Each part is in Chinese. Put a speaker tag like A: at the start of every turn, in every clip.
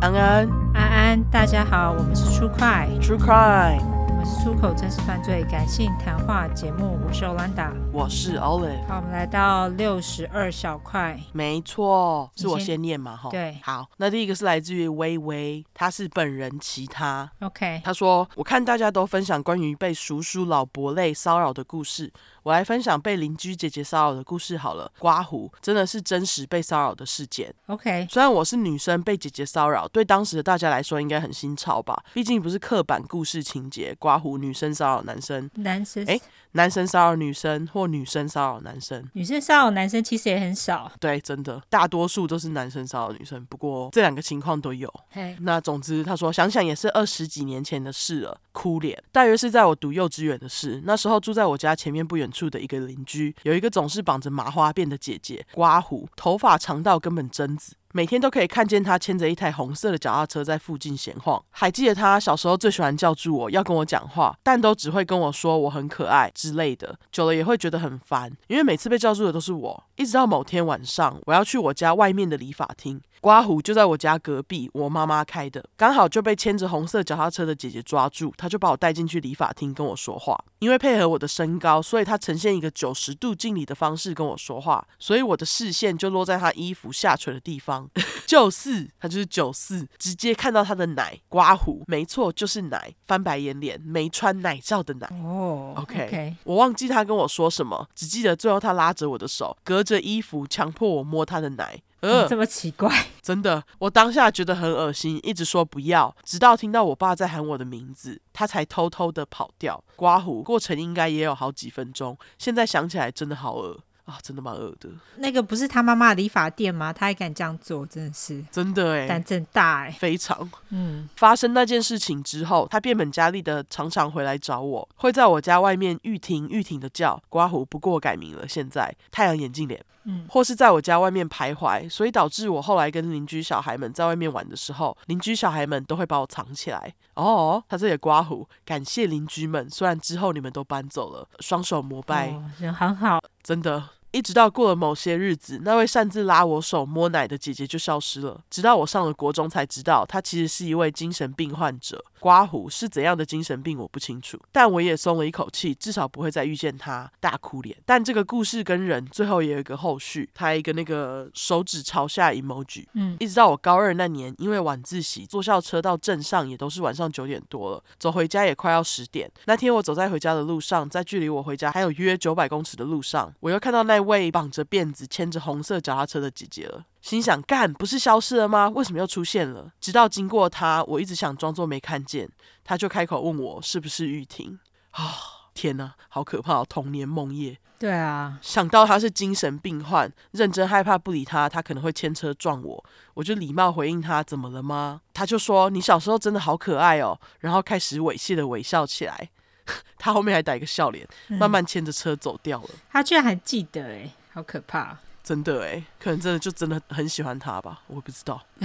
A: 安安
B: 安安，大家好，我们是出快，
A: ，True Crime，
B: 我们是出口真实犯罪感性谈话节目，我是 Olanda。
A: 我是 Olive，
B: 好，我们来到六十二小块，
A: 没错，是我
B: 你先
A: 先念嘛哈。
B: 对
A: 好，那第一个是来自于微微，他是本人其他，
B: OK，
A: 他说：“我看大家都分享关于被叔叔、老伯类骚扰的故事，我来分享被邻居姐姐骚扰的故事好了。刮胡真的是真实被骚扰的事件。
B: OK，
A: 虽然我是女生被姐姐骚扰，对当时的大家来说应该很新潮吧，毕竟不是刻板故事情节，刮胡女生骚扰男生，
B: 男生、
A: 诶男生骚扰女生或女生骚扰男生。”
B: 女生骚扰男生其实也很少，
A: 对，真的，大多数都是男生骚扰女生，不过这两个情况都有。
B: 嘿，
A: 那总之，他说想想也是二十几年前的事了，哭脸。大约是在我读幼稚园的事，那时候住在我家前面不远处的一个邻居，有一个总是绑着麻花辫的姐姐，刮胡，头发长到根本贞子。每天都可以看见她牵着一台红色的脚踏车在附近闲晃。还记得她小时候最喜欢叫住我，要跟我讲话，但都只会跟我说我很可爱之类的。久了也会觉得很烦，因为每次被叫住的都是我。一直到某天晚上，我要去我家外面的理发厅，刮胡就在我家隔壁，我妈妈开的，刚好就被牵着红色脚踏车的姐姐抓住，她就把我带进去理发厅跟我说话。因为配合我的身高，所以她呈现一个九十度敬礼的方式跟我说话，所以我的视线就落在她衣服下垂的地方。 九四，她就是九四，直接看到她的奶刮胡，没错，就是奶，翻白眼脸，没穿奶罩的奶。
B: 哦
A: OK
B: OK，
A: 我忘记他跟我说什么，只记得最后他拉着我的手，隔着衣服强迫我摸他的奶。
B: 怎么
A: 呃
B: 嗯这，么奇怪？
A: 真的，我当下觉得很恶心，一直说不要，直到听到我爸在喊我的名字，他才偷偷的跑掉。刮胡过程应该也有好几分钟，现在想起来真的好恶啊，真的蛮恶的，
B: 那个不是他妈妈的理发店吗？他还敢这样做，真的是
A: 真的
B: 胆
A: 哎，
B: 子很大哎、
A: 非常。
B: 嗯，
A: 发生那件事情之后，他变本加厉的常常回来找我，会在我家外面玉婷玉婷的叫刮胡，不过改名了，现在太阳眼镜脸，
B: 嗯
A: 或是在我家外面徘徊，所以导致我后来跟邻居小孩们在外面玩的时候，邻居小孩们都会把我藏起来。哦，他这里刮胡，感谢邻居们，虽然之后你们都搬走了，双手膜拜。
B: 哦，人很好，
A: 真的。一直到过了某些日子，那位擅自拉我手摸奶的姐姐就消失了。直到我上了国中才知道，她其实是一位精神病患者。刮胡是怎样的精神病我不清楚，但我也松了一口气，至少不会再遇见她大哭脸。但这个故事跟人最后也有一个后续，他一个那个手指朝下 emoji，
B: 嗯，
A: 一直到我高二那年，因为晚自习坐校车到镇上也都是晚上九点多了，走回家也快要十点。那天我走在回家的路上，在距离我回家还有约九百公尺的路上，我又看到那位绑着辫子、牵着红色脚踏车的姐姐了。心想，干，不是消失了吗？为什么又出现了？直到经过她，我一直想装作没看见，她就开口问我是不是玉婷啊、天哪，好可怕、哦！童年梦夜，
B: 对啊，
A: 想到他是精神病患，认真害怕不理他，他可能会牵车撞我，我就礼貌回应他：“怎么了吗？”他就说：“你小时候真的好可爱哦。”然后开始猥亵的微笑起来， 他后面还打一个笑脸，
B: 嗯
A: 慢慢牵着车走掉了。
B: 他居然还记得哎、好可怕。
A: 真的诶，可能真的就真的很喜欢他吧，我也不知道，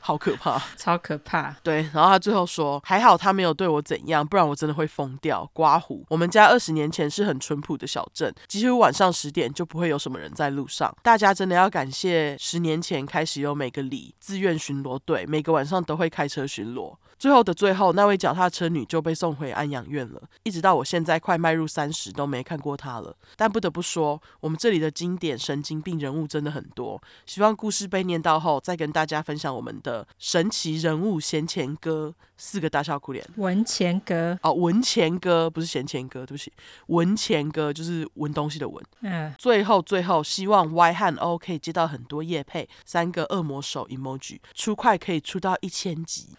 A: 好可怕。
B: 超可怕。
A: 对，然后他最后说，还好他没有对我怎样，不然我真的会疯掉。刮胡，我们家二十年前是很淳朴的小镇，几乎晚上十点就不会有什么人在路上。大家真的要感谢十年前开始有每个里自愿巡逻队，每个晚上都会开车巡逻。最后的最后，那位脚踏车女就被送回安养院了，一直到我现在快迈入三十都没看过她了。但不得不说，我们这里的经典神经病人物真的很多，希望故事被念到后，再跟大家分享我们的神奇人物闲钱哥四个大笑哭脸。
B: 文前阁，
A: 哦，文钱哥不是闲钱哥，对不起，文钱哥就是文东西的文。
B: 嗯，
A: 最后，最后，希望 Y 和 O 可以接到很多叶配，三个恶魔手 emoji 出快可以出到一千集，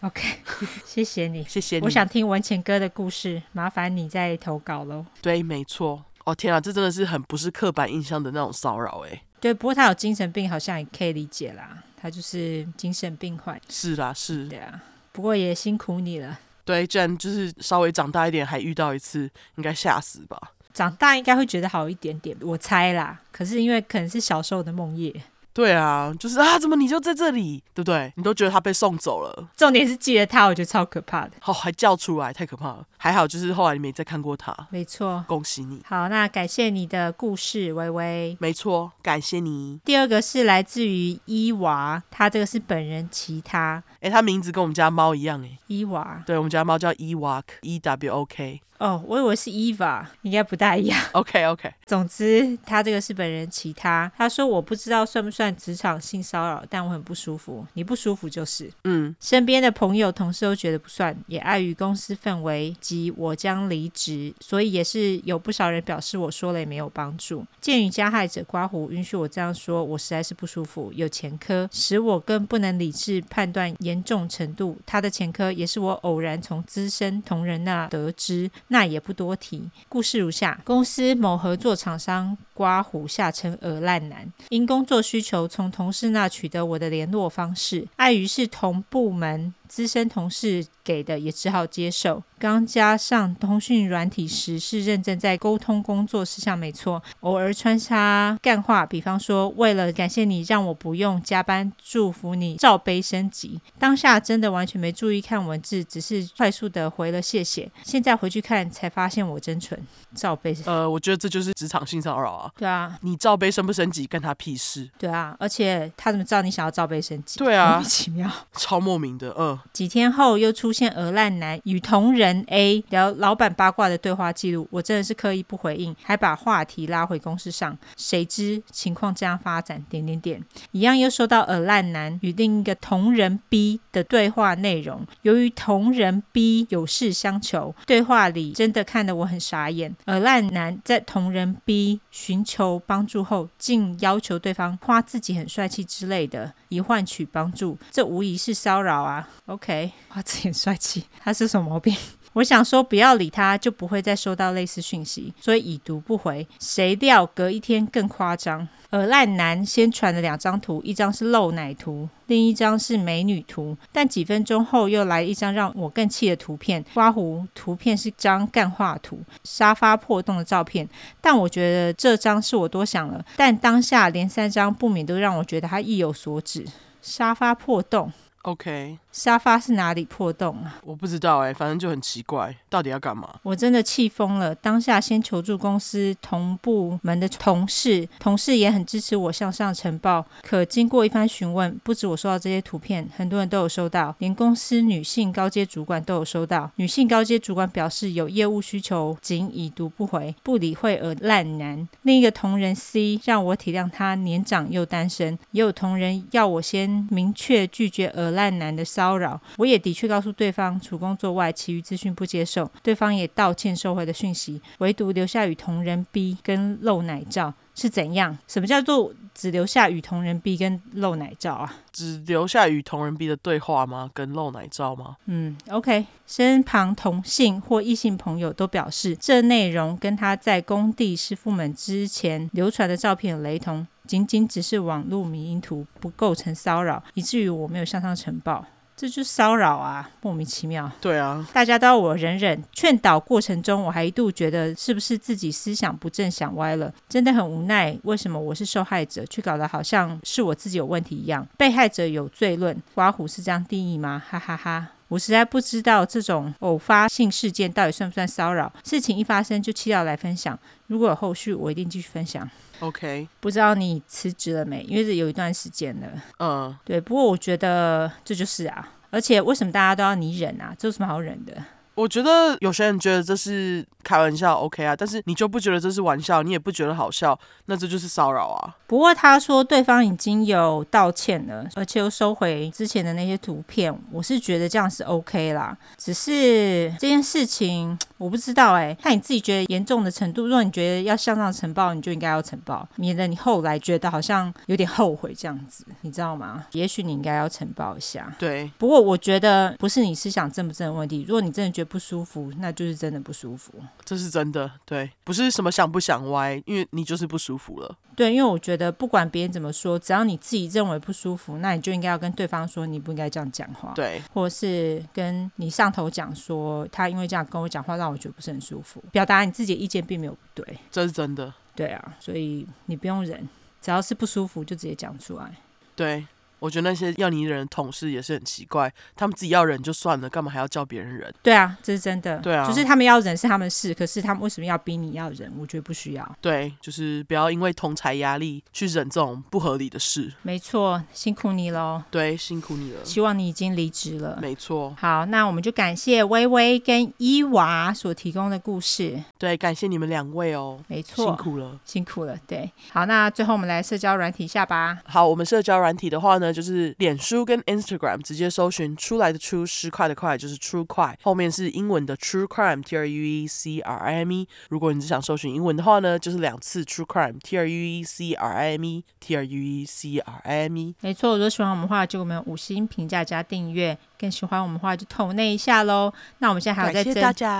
B: 谢谢你。
A: 谢谢你。
B: 我想听文前哥的故事，麻烦你再投稿喽。
A: 对，没错。哦天啊，这真的是很不是刻板印象的那种骚扰哎。
B: 对，不过他有精神病，好像也可以理解啦，他就是精神病患。
A: 是啦，是
B: 对啊，不过也辛苦你了。
A: 对，既然就是稍微长大一点还遇到一次，应该吓死吧？
B: 长大应该会觉得好一点点，我猜啦。可是因为可能是小时候的梦夜，
A: 对啊，就是啊，怎么你就在这里，对不对？你都觉得他被送走了，
B: 重点是记得他，我觉得超可怕的。
A: 哦，还叫出来，太可怕了。还好就是后来你没再看过他，
B: 没错，
A: 恭喜你。
B: 好，那感谢你的故事，微微。
A: 没错，感谢你。
B: 第二个是来自于伊娃，他这个是本人其他
A: 诶，他名字跟我们家猫一样诶，
B: 伊娃。
A: 对我们家猫叫 Ewok，E W O K。
B: 哦，我以为是 Eva，应该不大一样。
A: OK OK，
B: 总之，他这个是本人其他。他说我不知道算不算职场性骚扰，但我很不舒服。你不舒服就是。
A: 嗯，
B: 身边的朋友、同事都觉得不算，也碍于公司氛围及我将离职，所以也是有不少人表示我说了也没有帮助。鉴于加害者刮胡允许我这样说，我实在是不舒服，有前科，使我更不能理智判断严重程度。他的前科也是我偶然从资深同仁那得知，那也不多提。故事如下：公司某合作厂商刮胡下称鹅烂男，因工作需求从同事那取得我的联络方式，碍于是同部门资深同事给的，也只好接受。刚加上通讯软体时，是认真在沟通工作事项没错，偶尔穿插干话，比方说为了感谢你让我不用加班，祝福你罩杯升级。当下真的完全没注意看文字，只是快速的回了谢谢。现在回去看才发现我真蠢，罩杯。
A: 呃，我觉得这就是职场性骚扰啊。
B: 对啊，
A: 你罩杯升不升级干他屁事，
B: 对啊，而且他怎么知道你想要罩杯升级？
A: 对啊
B: 莫名其妙。
A: 超莫名的。嗯、
B: 几天后又出现鹅烂男与同仁 A 聊老板八卦的对话记录，我真的是刻意不回应，还把话题拉回公事上。谁知情况这样发展，点点点，一样又收到鹅烂男与另一个同仁 B 的对话内容。由于同仁 B 有事相求，对话里真的看得我很傻眼。鹅烂男在同仁 B 寻求帮助后，竟要求对方夸自己很帅气之类的，以换取帮助，这无疑是骚扰啊！OK，哇，这很帅气，他是什么毛病？我想说不要理他，就不会再收到类似讯息，所以已读不回。谁料隔一天更夸张，而呃烂男先传了两张图，一张是露奶图，另一张是美女图。但几分钟后又来一张让我更气的图片，刮胡图片是张干画图，沙发破洞的照片。但我觉得这张是我多想了，但当下连三张不免都让我觉得他意有所指。沙发破洞，
A: o k
B: 沙发是哪里破洞啊？
A: 我不知道诶，反正就很奇怪，到底要干嘛？
B: 我真的气疯了，当下先求助公司同部门的同事，同事也很支持我向上呈报。可经过一番询问，不止我收到这些图片，很多人都有收到，连公司女性高阶主管都有收到。女性高阶主管表示有业务需求，仅已读不回，不理会而烂男。另一个同仁 C 让我体谅他年长又单身，也有同仁要我先明确拒绝而烂男的骚扰，我也的确告诉对方除工作外，其余资讯不接受，对方也道歉收回了讯息，唯独留下与同仁 B 跟露奶照。是怎样？什么叫做只留下与同仁 B 跟露奶照啊？
A: 只留下与同人 B 的对话吗？跟露奶照吗？
B: 嗯，OK。身旁同性或异性朋友都表示，这内容跟他在工地师傅们之前流传的照片雷同，仅仅只是网络迷因图，不构成骚扰，以至于我没有向上呈报。这就是骚扰啊，莫名其妙。
A: 对啊，
B: 大家都要我忍忍。劝导过程中，我还一度觉得是不是自己思想不正，想歪了，真的很无奈。为什么我是受害者，却搞得好像是我自己有问题一样？被害者有罪论，刮胡是这样定义吗？哈哈哈。我实在不知道这种偶发性事件到底算不算骚扰。事情一发生就气到来分享，如果有后续，我一定继续分享。
A: ，OK，
B: 不知道你辞职了没？因为这有一段时间了。
A: 嗯，
B: 对，不过我觉得这就是啊，而且为什么大家都要你忍啊？这有什么好忍的？
A: 我觉得有些人觉得这是开玩笑，OK 啊，但是你就不觉得这是玩笑，你也不觉得好笑，那这就是骚扰啊。
B: 不过他说对方已经有道歉了，而且又收回之前的那些图片，我是觉得这样是 OK 啦。只是这件事情我不知道哎、看你自己觉得严重的程度。如果你觉得要向上呈报，你就应该要呈报，免得你后来觉得好像有点后悔这样子，你知道吗？也许你应该要呈报一下。
A: 对，
B: 不过我觉得不是你思想正不正的问题，如果你真的觉得不舒服，那就是真的不舒服。
A: 这是真的，对，不是什么想不想歪，因为你就是不舒服了。
B: 对，因为我觉得不管别人怎么说，只要你自己认为不舒服，那你就应该要跟对方说，你不应该这样讲话。。
A: 对，
B: 或是跟你上头讲说，他因为这样跟我讲话，让我觉得不是很舒服。表达你自己的意见并没有不对，
A: 这是真的。
B: 对啊，所以你不用忍。只要是不舒服就直接讲出来。
A: 对，我觉得那些要你忍的同事也是很奇怪，他们自己要忍就算了，干嘛还要叫别人忍？
B: 对啊，这是真的。
A: 对啊
B: 就是他们要忍是他们事，可是他们为什么要逼你要忍？我觉得不需要。
A: 对，就是不要因为同财压力去忍这种不合理的事。
B: 没错，辛苦你喽，
A: 对，辛苦你了。
B: 希望你已经离职了。
A: 没错，
B: 好，那我们就感谢微微跟伊娃所提供的故事。
A: 对，感谢你们两位哦，
B: 没
A: 辛
B: 错，
A: 苦了。
B: 辛苦了。对，好，那最后我们来社交软体下吧。
A: 好，我们社交软体的话呢，就是脸书跟 Instagram 直接搜寻出来的出失快的快就是 True 快，后面是英文的 True Crime T R U E C R I M E。如果你只想搜寻英文的话呢，就是两次 True Crime T R U E C R I M E T R U E C R I M E。
B: 没错，如果喜欢我们的话，就给我们五星评价加订阅；更喜欢我们的话，就投那一下喽。那我们现在还有
A: 感
B: 在
A: 谢大
B: 征，
A: 家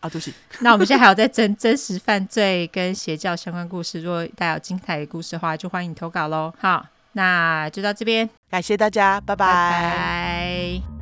A: 啊，对不起，
B: 那我们现在还有在征真实犯罪跟邪教相关故事。如果大家有精彩的故事的话，就欢迎投稿喽。好，那就到这边，
A: 感谢大家，拜
B: 拜拜